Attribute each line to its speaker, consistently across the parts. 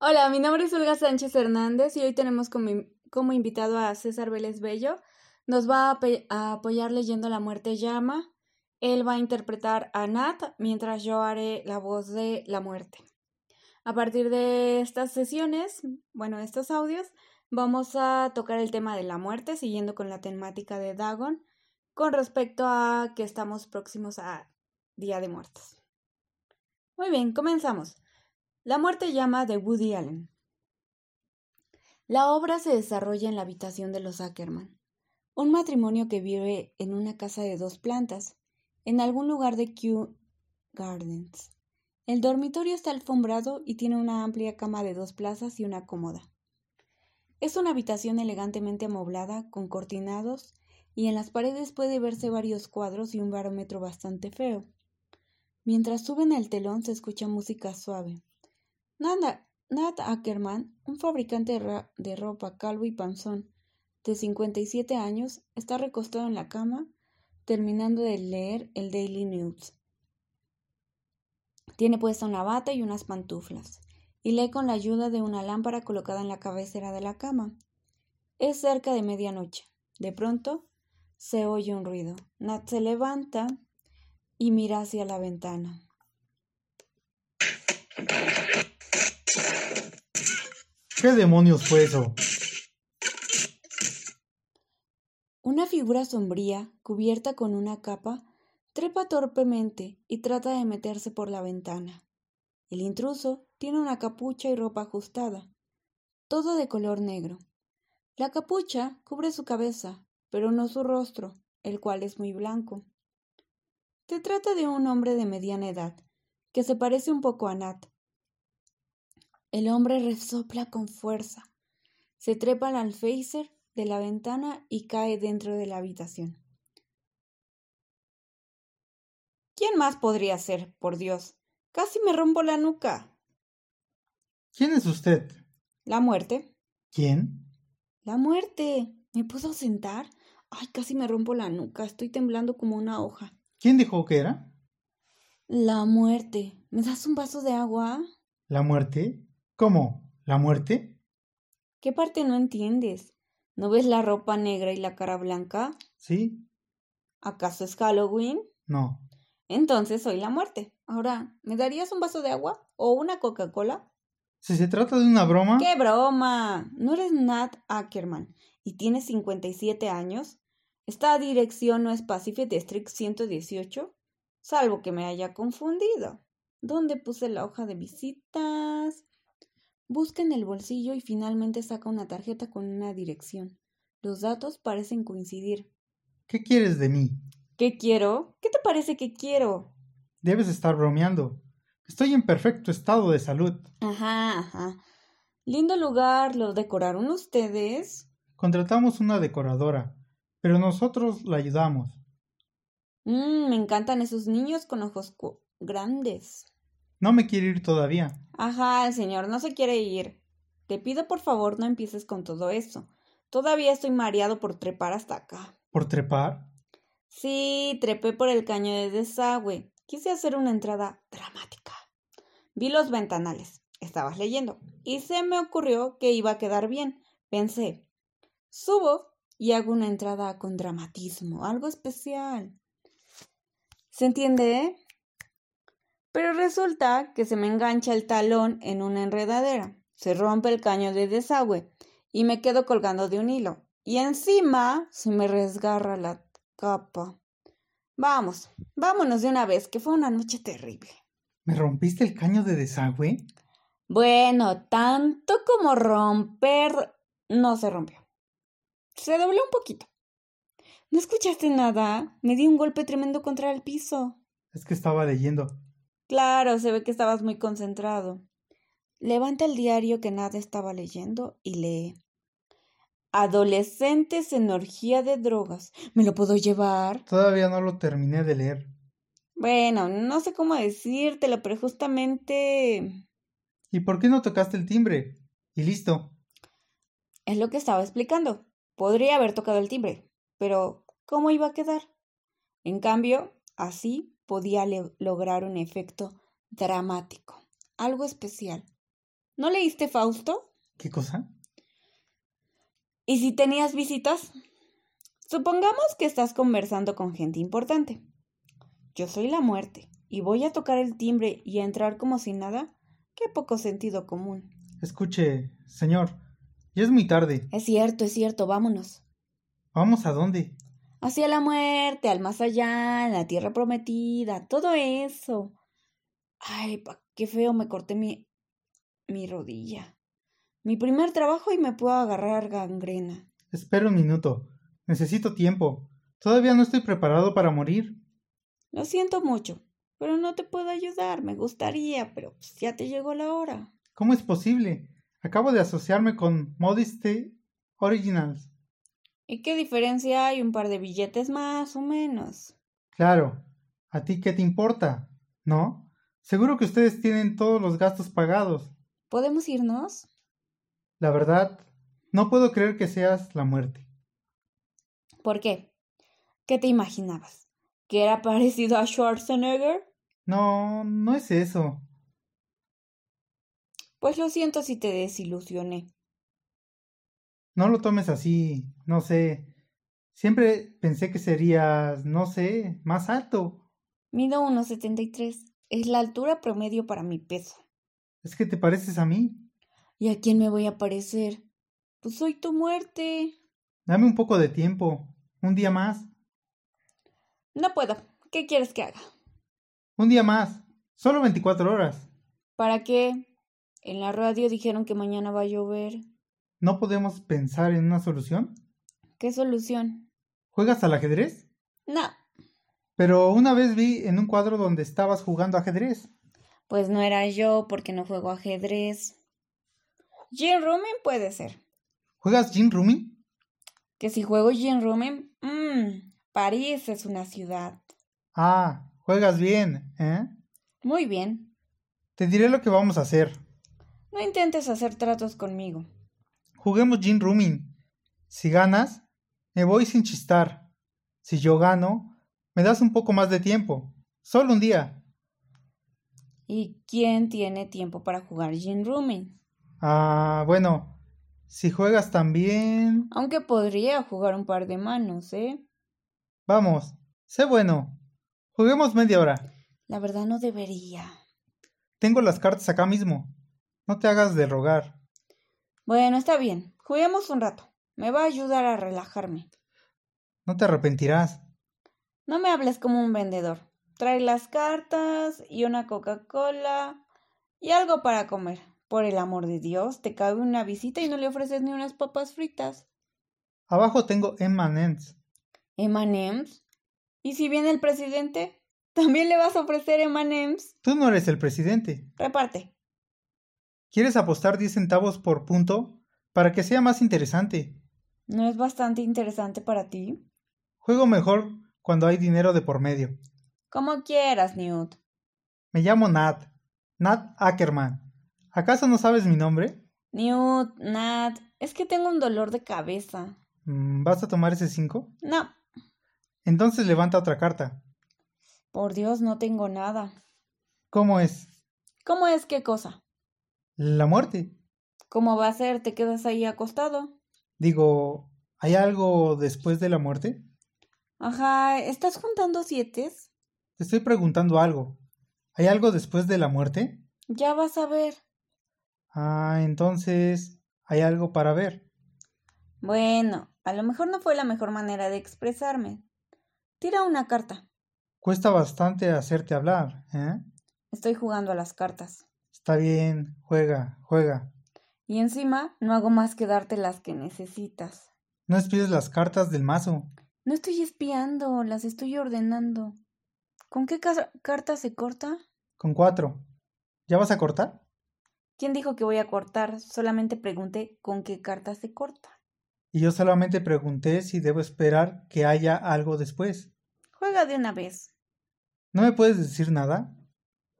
Speaker 1: Hola, mi nombre es Olga Sánchez Hernández y hoy tenemos como, como invitado a César Vélez Bello. Nos va a, a, apoyar leyendo La muerte llama. Él va a interpretar a Nat mientras yo haré la voz de la muerte. A partir de estas sesiones, bueno, estos audios, vamos a tocar el tema de la muerte siguiendo con la temática de Dagon con respecto a que estamos próximos a Día de Muertos. Muy bien, comenzamos. La muerte llama de Woody Allen. La obra se desarrolla en la habitación de los Ackerman, un matrimonio que vive en una casa de dos plantas, en algún lugar de Kew Gardens. El dormitorio está alfombrado y tiene una amplia cama de dos plazas y una cómoda. Es una habitación elegantemente amoblada, con cortinados, y en las paredes puede verse varios cuadros y un barómetro bastante feo. Mientras suben el telón se escucha música suave. Nada, Nat Ackerman, un fabricante de, de ropa calvo y panzón de 57 años, está recostado en la cama terminando de leer el Daily News. Tiene puesta una bata y unas pantuflas y lee con la ayuda de una lámpara colocada en la cabecera de la cama. Es cerca de medianoche. De pronto se oye un ruido. Nat se levanta y mira hacia la ventana.
Speaker 2: ¿Qué demonios fue eso?
Speaker 1: Una figura sombría, cubierta con una capa, trepa torpemente y trata de meterse por la ventana. El intruso tiene una capucha y ropa ajustada, todo de color negro. La capucha cubre su cabeza, pero no su rostro, el cual es muy blanco. Se trata de un hombre de mediana edad, que se parece un poco a Nat, el hombre resopla con fuerza. Se trepa al alféizar de la ventana y cae dentro de la habitación. ¿Quién más podría ser, por Dios? Casi me rompo la nuca.
Speaker 2: ¿Quién es usted?
Speaker 1: La muerte.
Speaker 2: ¿Quién?
Speaker 1: La muerte. ¿Me puedo sentar? Ay, casi me rompo la nuca. Estoy temblando como una hoja.
Speaker 2: ¿Quién dijo que era?
Speaker 1: La muerte. ¿Me das un vaso de agua?
Speaker 2: ¿La muerte? ¿Cómo? ¿La muerte?
Speaker 1: ¿Qué parte no entiendes? ¿No ves la ropa negra y la cara blanca?
Speaker 2: Sí.
Speaker 1: ¿Acaso es Halloween?
Speaker 2: No.
Speaker 1: Entonces soy la muerte. Ahora, ¿me darías un vaso de agua o una Coca-Cola?
Speaker 2: Si se trata de una broma.
Speaker 1: ¡Qué broma! No eres Nat Ackerman y tienes 57 años. ¿Esta dirección no es Pacific District 118? Salvo que me haya confundido. ¿Dónde puse la hoja de visitas? Busca en el bolsillo y finalmente saca una tarjeta con una dirección. Los datos parecen coincidir.
Speaker 2: ¿Qué quieres de mí?
Speaker 1: ¿Qué quiero? ¿Qué te parece que quiero?
Speaker 2: Debes estar bromeando. Estoy en perfecto estado de salud.
Speaker 1: Ajá, ajá. Lindo lugar, lo decoraron ustedes.
Speaker 2: Contratamos una decoradora, pero nosotros la ayudamos.
Speaker 1: Mmm, me encantan esos niños con ojos grandes.
Speaker 2: No me quiere ir todavía.
Speaker 1: Ajá, el señor no se quiere ir. Te pido por favor no empieces con todo eso. Todavía estoy mareado por trepar hasta acá.
Speaker 2: ¿Por trepar?
Speaker 1: Sí, trepé por el caño de desagüe. Quise hacer una entrada dramática. Vi los ventanales. Estabas leyendo. Y se me ocurrió que iba a quedar bien. Pensé, subo y hago una entrada con dramatismo, algo especial. ¿Se entiende, eh? Pero resulta que se me engancha el talón en una enredadera, se rompe el caño de desagüe y me quedo colgando de un hilo. Y encima se me resgarra la capa. Vamos, vámonos de una vez, que fue una noche terrible.
Speaker 2: ¿Me rompiste el caño de desagüe?
Speaker 1: Bueno, tanto como romper... No se rompió. Se dobló un poquito. ¿No escuchaste nada? Me di un golpe tremendo contra el piso.
Speaker 2: Es que estaba leyendo.
Speaker 1: Claro, se ve que estabas muy concentrado. Levanta el diario que nada estaba leyendo y lee. Adolescentes en orgía de drogas. ¿Me lo puedo llevar?
Speaker 2: Todavía no lo terminé de leer.
Speaker 1: Bueno, no sé cómo decírtelo, pero justamente...
Speaker 2: ¿Y por qué no tocaste el timbre? Y listo.
Speaker 1: Es lo que estaba explicando. Podría haber tocado el timbre, pero ¿cómo iba a quedar? En cambio, así podía lograr un efecto dramático, algo especial. ¿No leíste Fausto?
Speaker 2: ¿Qué cosa?
Speaker 1: ¿Y si tenías visitas? Supongamos que estás conversando con gente importante. Yo soy la muerte y voy a tocar el timbre y a entrar como si nada. Qué poco sentido común.
Speaker 2: Escuche, señor, ya es muy tarde.
Speaker 1: Es cierto, es cierto, vámonos.
Speaker 2: ¿Vamos a dónde?
Speaker 1: Hacia la muerte, al más allá, la tierra prometida, todo eso. Ay, pa, qué feo me corté mi, mi rodilla. Mi primer trabajo y me puedo agarrar gangrena.
Speaker 2: Espera un minuto. Necesito tiempo. Todavía no estoy preparado para morir.
Speaker 1: Lo siento mucho, pero no te puedo ayudar. Me gustaría, pero pues, ya te llegó la hora.
Speaker 2: ¿Cómo es posible? Acabo de asociarme con Modiste Originals.
Speaker 1: ¿Y qué diferencia hay? Un par de billetes más o menos.
Speaker 2: Claro. ¿A ti qué te importa? ¿No? Seguro que ustedes tienen todos los gastos pagados.
Speaker 1: ¿Podemos irnos?
Speaker 2: La verdad, no puedo creer que seas la muerte.
Speaker 1: ¿Por qué? ¿Qué te imaginabas? ¿Que era parecido a Schwarzenegger?
Speaker 2: No, no es eso.
Speaker 1: Pues lo siento si te desilusioné.
Speaker 2: No lo tomes así, no sé. Siempre pensé que serías, no sé, más alto.
Speaker 1: Mido 1,73. Es la altura promedio para mi peso.
Speaker 2: Es que te pareces a mí.
Speaker 1: ¿Y a quién me voy a parecer? Pues soy tu muerte.
Speaker 2: Dame un poco de tiempo. Un día más.
Speaker 1: No puedo. ¿Qué quieres que haga?
Speaker 2: Un día más. Solo 24 horas.
Speaker 1: ¿Para qué? En la radio dijeron que mañana va a llover.
Speaker 2: ¿No podemos pensar en una solución?
Speaker 1: ¿Qué solución?
Speaker 2: ¿Juegas al ajedrez?
Speaker 1: No,
Speaker 2: Pero una vez vi en un cuadro donde estabas jugando ajedrez.
Speaker 1: pues no era yo porque no juego ajedrez. Gin Rumen puede ser.
Speaker 2: ¿Juegas Jim Rumi?
Speaker 1: Que si juego Gin Rumen, mmm, París es una ciudad.
Speaker 2: Ah, juegas bien, ¿eh?
Speaker 1: Muy bien.
Speaker 2: Te diré lo que vamos a hacer.
Speaker 1: No intentes hacer tratos conmigo.
Speaker 2: Juguemos Gin Rumin. Si ganas, me voy sin chistar. Si yo gano, me das un poco más de tiempo. Solo un día.
Speaker 1: ¿Y quién tiene tiempo para jugar Gin Rumen?
Speaker 2: Ah, bueno. Si juegas también...
Speaker 1: Aunque podría jugar un par de manos, ¿eh?
Speaker 2: Vamos, sé bueno. Juguemos media hora.
Speaker 1: La verdad no debería.
Speaker 2: Tengo las cartas acá mismo. No te hagas de rogar.
Speaker 1: Bueno, está bien. Juguemos un rato. Me va a ayudar a relajarme.
Speaker 2: No te arrepentirás.
Speaker 1: No me hables como un vendedor. Trae las cartas y una Coca-Cola y algo para comer. Por el amor de Dios, te cabe una visita y no le ofreces ni unas papas fritas.
Speaker 2: Abajo tengo M&M's.
Speaker 1: ¿Emanems? ¿Y si viene el presidente? ¿También le vas a ofrecer Emanems?
Speaker 2: Tú no eres el presidente.
Speaker 1: Reparte.
Speaker 2: ¿Quieres apostar 10 centavos por punto para que sea más interesante?
Speaker 1: ¿No es bastante interesante para ti?
Speaker 2: Juego mejor cuando hay dinero de por medio.
Speaker 1: Como quieras, Newt.
Speaker 2: Me llamo Nat. Nat Ackerman. ¿Acaso no sabes mi nombre?
Speaker 1: Newt, Nat, es que tengo un dolor de cabeza.
Speaker 2: Mm, ¿Vas a tomar ese 5?
Speaker 1: No,
Speaker 2: Entonces levanta otra carta.
Speaker 1: por Dios, no tengo nada.
Speaker 2: ¿Cómo es?
Speaker 1: ¿Cómo es qué cosa?
Speaker 2: La muerte.
Speaker 1: ¿Cómo va a ser? ¿Te quedas ahí acostado?
Speaker 2: Digo, ¿hay algo después de la muerte?
Speaker 1: Ajá, ¿estás juntando siete?
Speaker 2: Te estoy preguntando algo. ¿Hay algo después de la muerte?
Speaker 1: Ya vas a ver.
Speaker 2: Ah, entonces hay algo para ver.
Speaker 1: Bueno, a lo mejor no fue la mejor manera de expresarme. Tira una carta.
Speaker 2: Cuesta bastante hacerte hablar, ¿eh?
Speaker 1: Estoy jugando a las cartas.
Speaker 2: Está bien, juega, juega.
Speaker 1: Y encima, no hago más que darte las que necesitas.
Speaker 2: No espíes las cartas del mazo.
Speaker 1: No estoy espiando, las estoy ordenando. ¿Con qué ca- carta se corta?
Speaker 2: Con cuatro. ¿Ya vas a cortar?
Speaker 1: ¿Quién dijo que voy a cortar? Solamente pregunté con qué carta se corta.
Speaker 2: Y yo solamente pregunté si debo esperar que haya algo después.
Speaker 1: Juega de una vez.
Speaker 2: ¿No me puedes decir nada?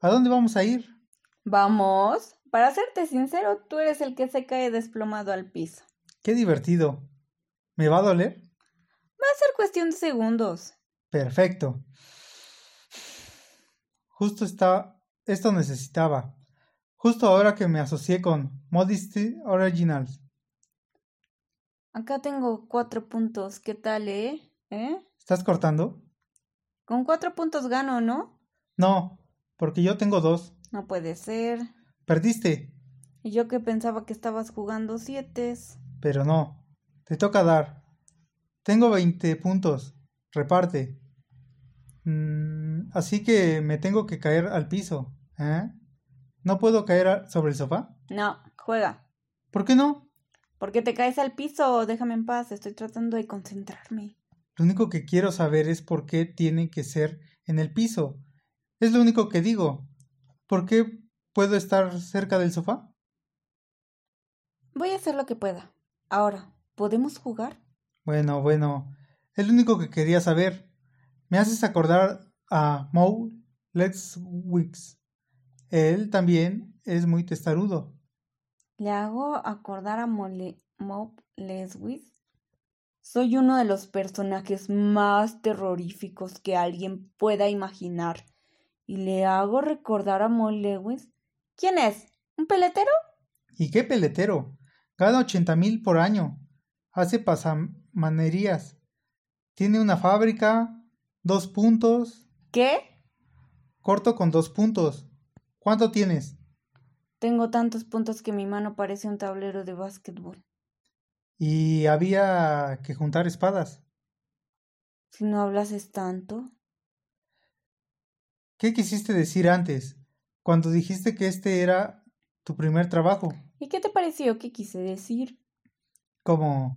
Speaker 2: ¿A dónde vamos a ir?
Speaker 1: Vamos. Para serte sincero, tú eres el que se cae desplomado al piso.
Speaker 2: Qué divertido. ¿Me va a doler?
Speaker 1: Va a ser cuestión de segundos.
Speaker 2: Perfecto. Justo está... Esto necesitaba. Justo ahora que me asocié con Modesty Originals.
Speaker 1: Acá tengo cuatro puntos. ¿Qué tal, eh? ¿Eh?
Speaker 2: ¿Estás cortando?
Speaker 1: Con cuatro puntos gano, ¿no?
Speaker 2: No, porque yo tengo dos.
Speaker 1: No puede ser.
Speaker 2: Perdiste,
Speaker 1: Y yo que pensaba que estabas jugando siete.
Speaker 2: pero no. Te toca dar. Tengo 20 puntos. Reparte. Mm, así que me tengo que caer al piso. ¿eh? ¿No puedo caer a- sobre el sofá?
Speaker 1: No, juega.
Speaker 2: ¿Por qué no?
Speaker 1: ¿Por qué te caes al piso? Déjame en paz, estoy tratando de concentrarme.
Speaker 2: Lo único que quiero saber es por qué tiene que ser en el piso. Es lo único que digo. ¿Por qué puedo estar cerca del sofá?
Speaker 1: Voy a hacer lo que pueda. Ahora, ¿podemos jugar?
Speaker 2: Bueno, bueno. Es lo único que quería saber. Me haces acordar a Moe Wicks. Él también es muy testarudo.
Speaker 1: ¿Le hago acordar a Mole- Mob Leswith? Soy uno de los personajes más terroríficos que alguien pueda imaginar. ¿Y le hago recordar a Mob Lewis? ¿Quién es? ¿Un peletero?
Speaker 2: ¿Y qué peletero? Gana ochenta mil por año. Hace pasamanerías. Tiene una fábrica, dos puntos,
Speaker 1: ¿Qué?
Speaker 2: corto con dos puntos. ¿Cuánto tienes?
Speaker 1: Tengo tantos puntos que mi mano parece un tablero de básquetbol.
Speaker 2: Y había que juntar espadas.
Speaker 1: Si no hablases tanto.
Speaker 2: ¿Qué quisiste decir antes, cuando dijiste que este era tu primer trabajo?
Speaker 1: ¿Y qué te pareció que quise decir?
Speaker 2: Como,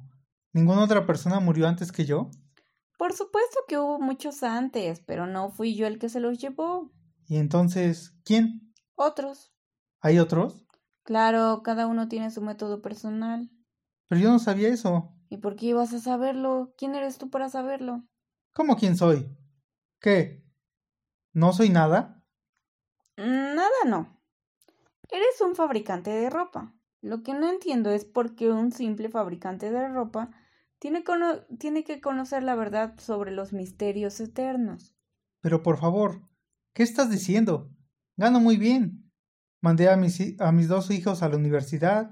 Speaker 2: ¿ninguna otra persona murió antes que yo?
Speaker 1: Por supuesto que hubo muchos antes, pero no fui yo el que se los llevó.
Speaker 2: Y entonces, ¿quién?
Speaker 1: Otros.
Speaker 2: ¿Hay otros?
Speaker 1: Claro, cada uno tiene su método personal.
Speaker 2: Pero yo no sabía eso.
Speaker 1: ¿Y por qué ibas a saberlo? ¿Quién eres tú para saberlo?
Speaker 2: ¿Cómo quién soy? ¿Qué? ¿No soy nada?
Speaker 1: Mm, Nada, no. Eres un fabricante de ropa. Lo que no entiendo es por qué un simple fabricante de ropa tiene, cono- tiene que conocer la verdad sobre los misterios eternos.
Speaker 2: Pero por favor, ¿qué estás diciendo? Gano muy bien. Mandé a mis, hi- a mis dos hijos a la universidad,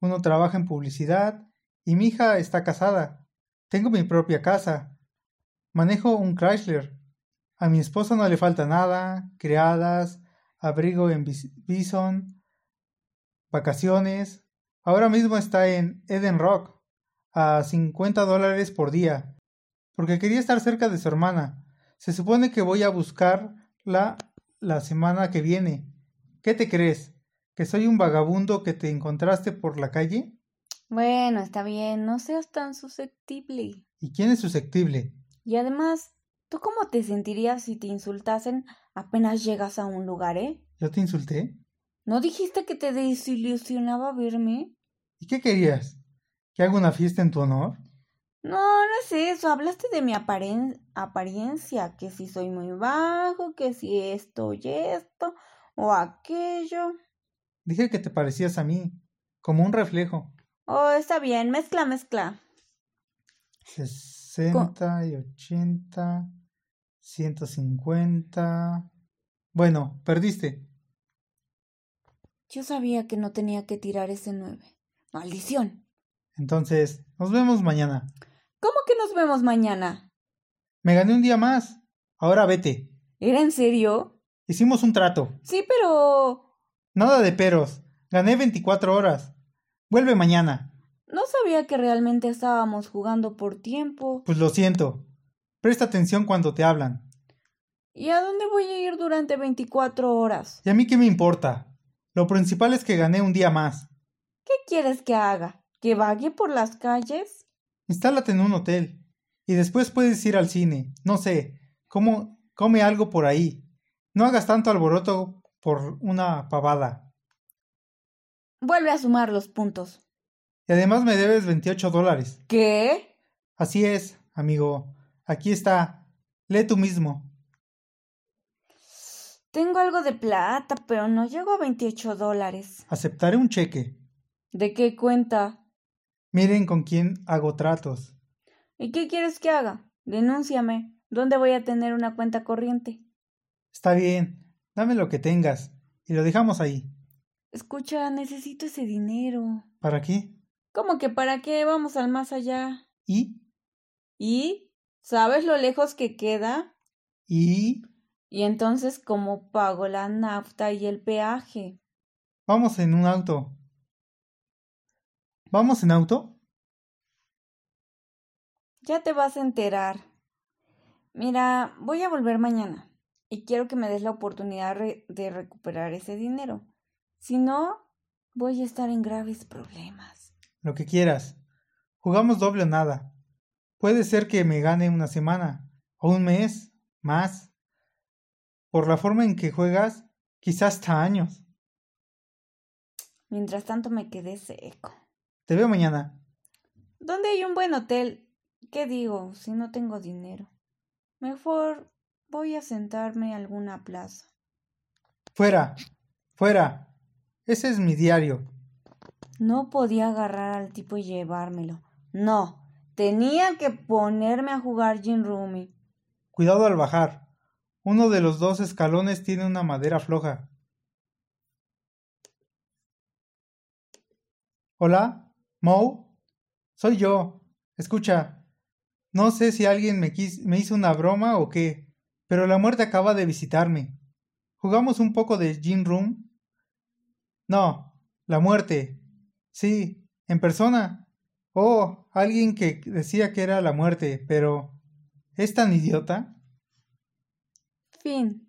Speaker 2: uno trabaja en publicidad y mi hija está casada. Tengo mi propia casa. Manejo un Chrysler. A mi esposa no le falta nada, criadas, abrigo en Bis- Bison, vacaciones. Ahora mismo está en Eden Rock, a 50 dólares por día, porque quería estar cerca de su hermana. Se supone que voy a buscarla la semana que viene. ¿Qué te crees? ¿Que soy un vagabundo que te encontraste por la calle?
Speaker 1: Bueno, está bien, no seas tan susceptible.
Speaker 2: ¿Y quién es susceptible?
Speaker 1: Y además, ¿tú cómo te sentirías si te insultasen apenas llegas a un lugar, eh?
Speaker 2: ¿Yo te insulté?
Speaker 1: ¿No dijiste que te desilusionaba verme?
Speaker 2: ¿Y qué querías? ¿Que haga una fiesta en tu honor?
Speaker 1: No, no es eso. Hablaste de mi aparen- apariencia, que si soy muy bajo, que si esto y esto, o aquello.
Speaker 2: Dije que te parecías a mí, como un reflejo.
Speaker 1: Oh, está bien, mezcla, mezcla.
Speaker 2: 60 y 80, 150. Bueno, perdiste.
Speaker 1: Yo sabía que no tenía que tirar ese nueve. Maldición.
Speaker 2: Entonces, nos vemos mañana.
Speaker 1: ¿Cómo que nos vemos mañana?
Speaker 2: Me gané un día más. Ahora vete.
Speaker 1: ¿Era en serio?
Speaker 2: Hicimos un trato.
Speaker 1: Sí, pero...
Speaker 2: Nada de peros. Gané 24 horas. Vuelve mañana.
Speaker 1: No sabía que realmente estábamos jugando por tiempo.
Speaker 2: Pues lo siento. Presta atención cuando te hablan.
Speaker 1: ¿Y a dónde voy a ir durante 24 horas?
Speaker 2: ¿Y a mí qué me importa? Lo principal es que gané un día más.
Speaker 1: ¿Qué quieres que haga? ¿Que vague por las calles?
Speaker 2: Instálate en un hotel. Y después puedes ir al cine. No sé. como- come algo por ahí. No hagas tanto alboroto por una pavada.
Speaker 1: Vuelve a sumar los puntos.
Speaker 2: Y además me debes 28 dólares.
Speaker 1: ¿Qué?
Speaker 2: Así es, amigo. Aquí está. Lee tú mismo.
Speaker 1: Tengo algo de plata, pero no llego a 28 dólares.
Speaker 2: Aceptaré un cheque.
Speaker 1: ¿De qué cuenta?
Speaker 2: Miren con quién hago tratos.
Speaker 1: ¿Y qué quieres que haga? Denúnciame. ¿Dónde voy a tener una cuenta corriente?
Speaker 2: Está bien, dame lo que tengas y lo dejamos ahí.
Speaker 1: Escucha, necesito ese dinero.
Speaker 2: ¿Para qué?
Speaker 1: ¿Cómo que para qué vamos al más allá?
Speaker 2: ¿Y?
Speaker 1: ¿Y? ¿Sabes lo lejos que queda?
Speaker 2: ¿Y?
Speaker 1: Y entonces, ¿cómo pago la nafta y el peaje?
Speaker 2: Vamos en un auto. ¿Vamos en auto?
Speaker 1: Ya te vas a enterar. Mira, voy a volver mañana y quiero que me des la oportunidad re- de recuperar ese dinero. Si no, voy a estar en graves problemas.
Speaker 2: Lo que quieras. Jugamos doble o nada. Puede ser que me gane una semana, o un mes, más. Por la forma en que juegas, quizás hasta años.
Speaker 1: Mientras tanto me quedé seco.
Speaker 2: Te veo mañana.
Speaker 1: ¿Dónde hay un buen hotel? ¿Qué digo si no tengo dinero? Mejor voy a sentarme a alguna plaza.
Speaker 2: Fuera. Fuera. Ese es mi diario.
Speaker 1: No podía agarrar al tipo y llevármelo. No, tenía que ponerme a jugar Gin Rumi.
Speaker 2: Cuidado al bajar. Uno de los dos escalones tiene una madera floja. Hola, Mo. Soy yo. Escucha. No sé si alguien me, quis- me hizo una broma o qué, pero la muerte acaba de visitarme. ¿Jugamos un poco de Gin Room? No, la muerte. Sí, en persona. Oh, alguien que decía que era la muerte, pero... ¿Es tan idiota?
Speaker 1: Fin.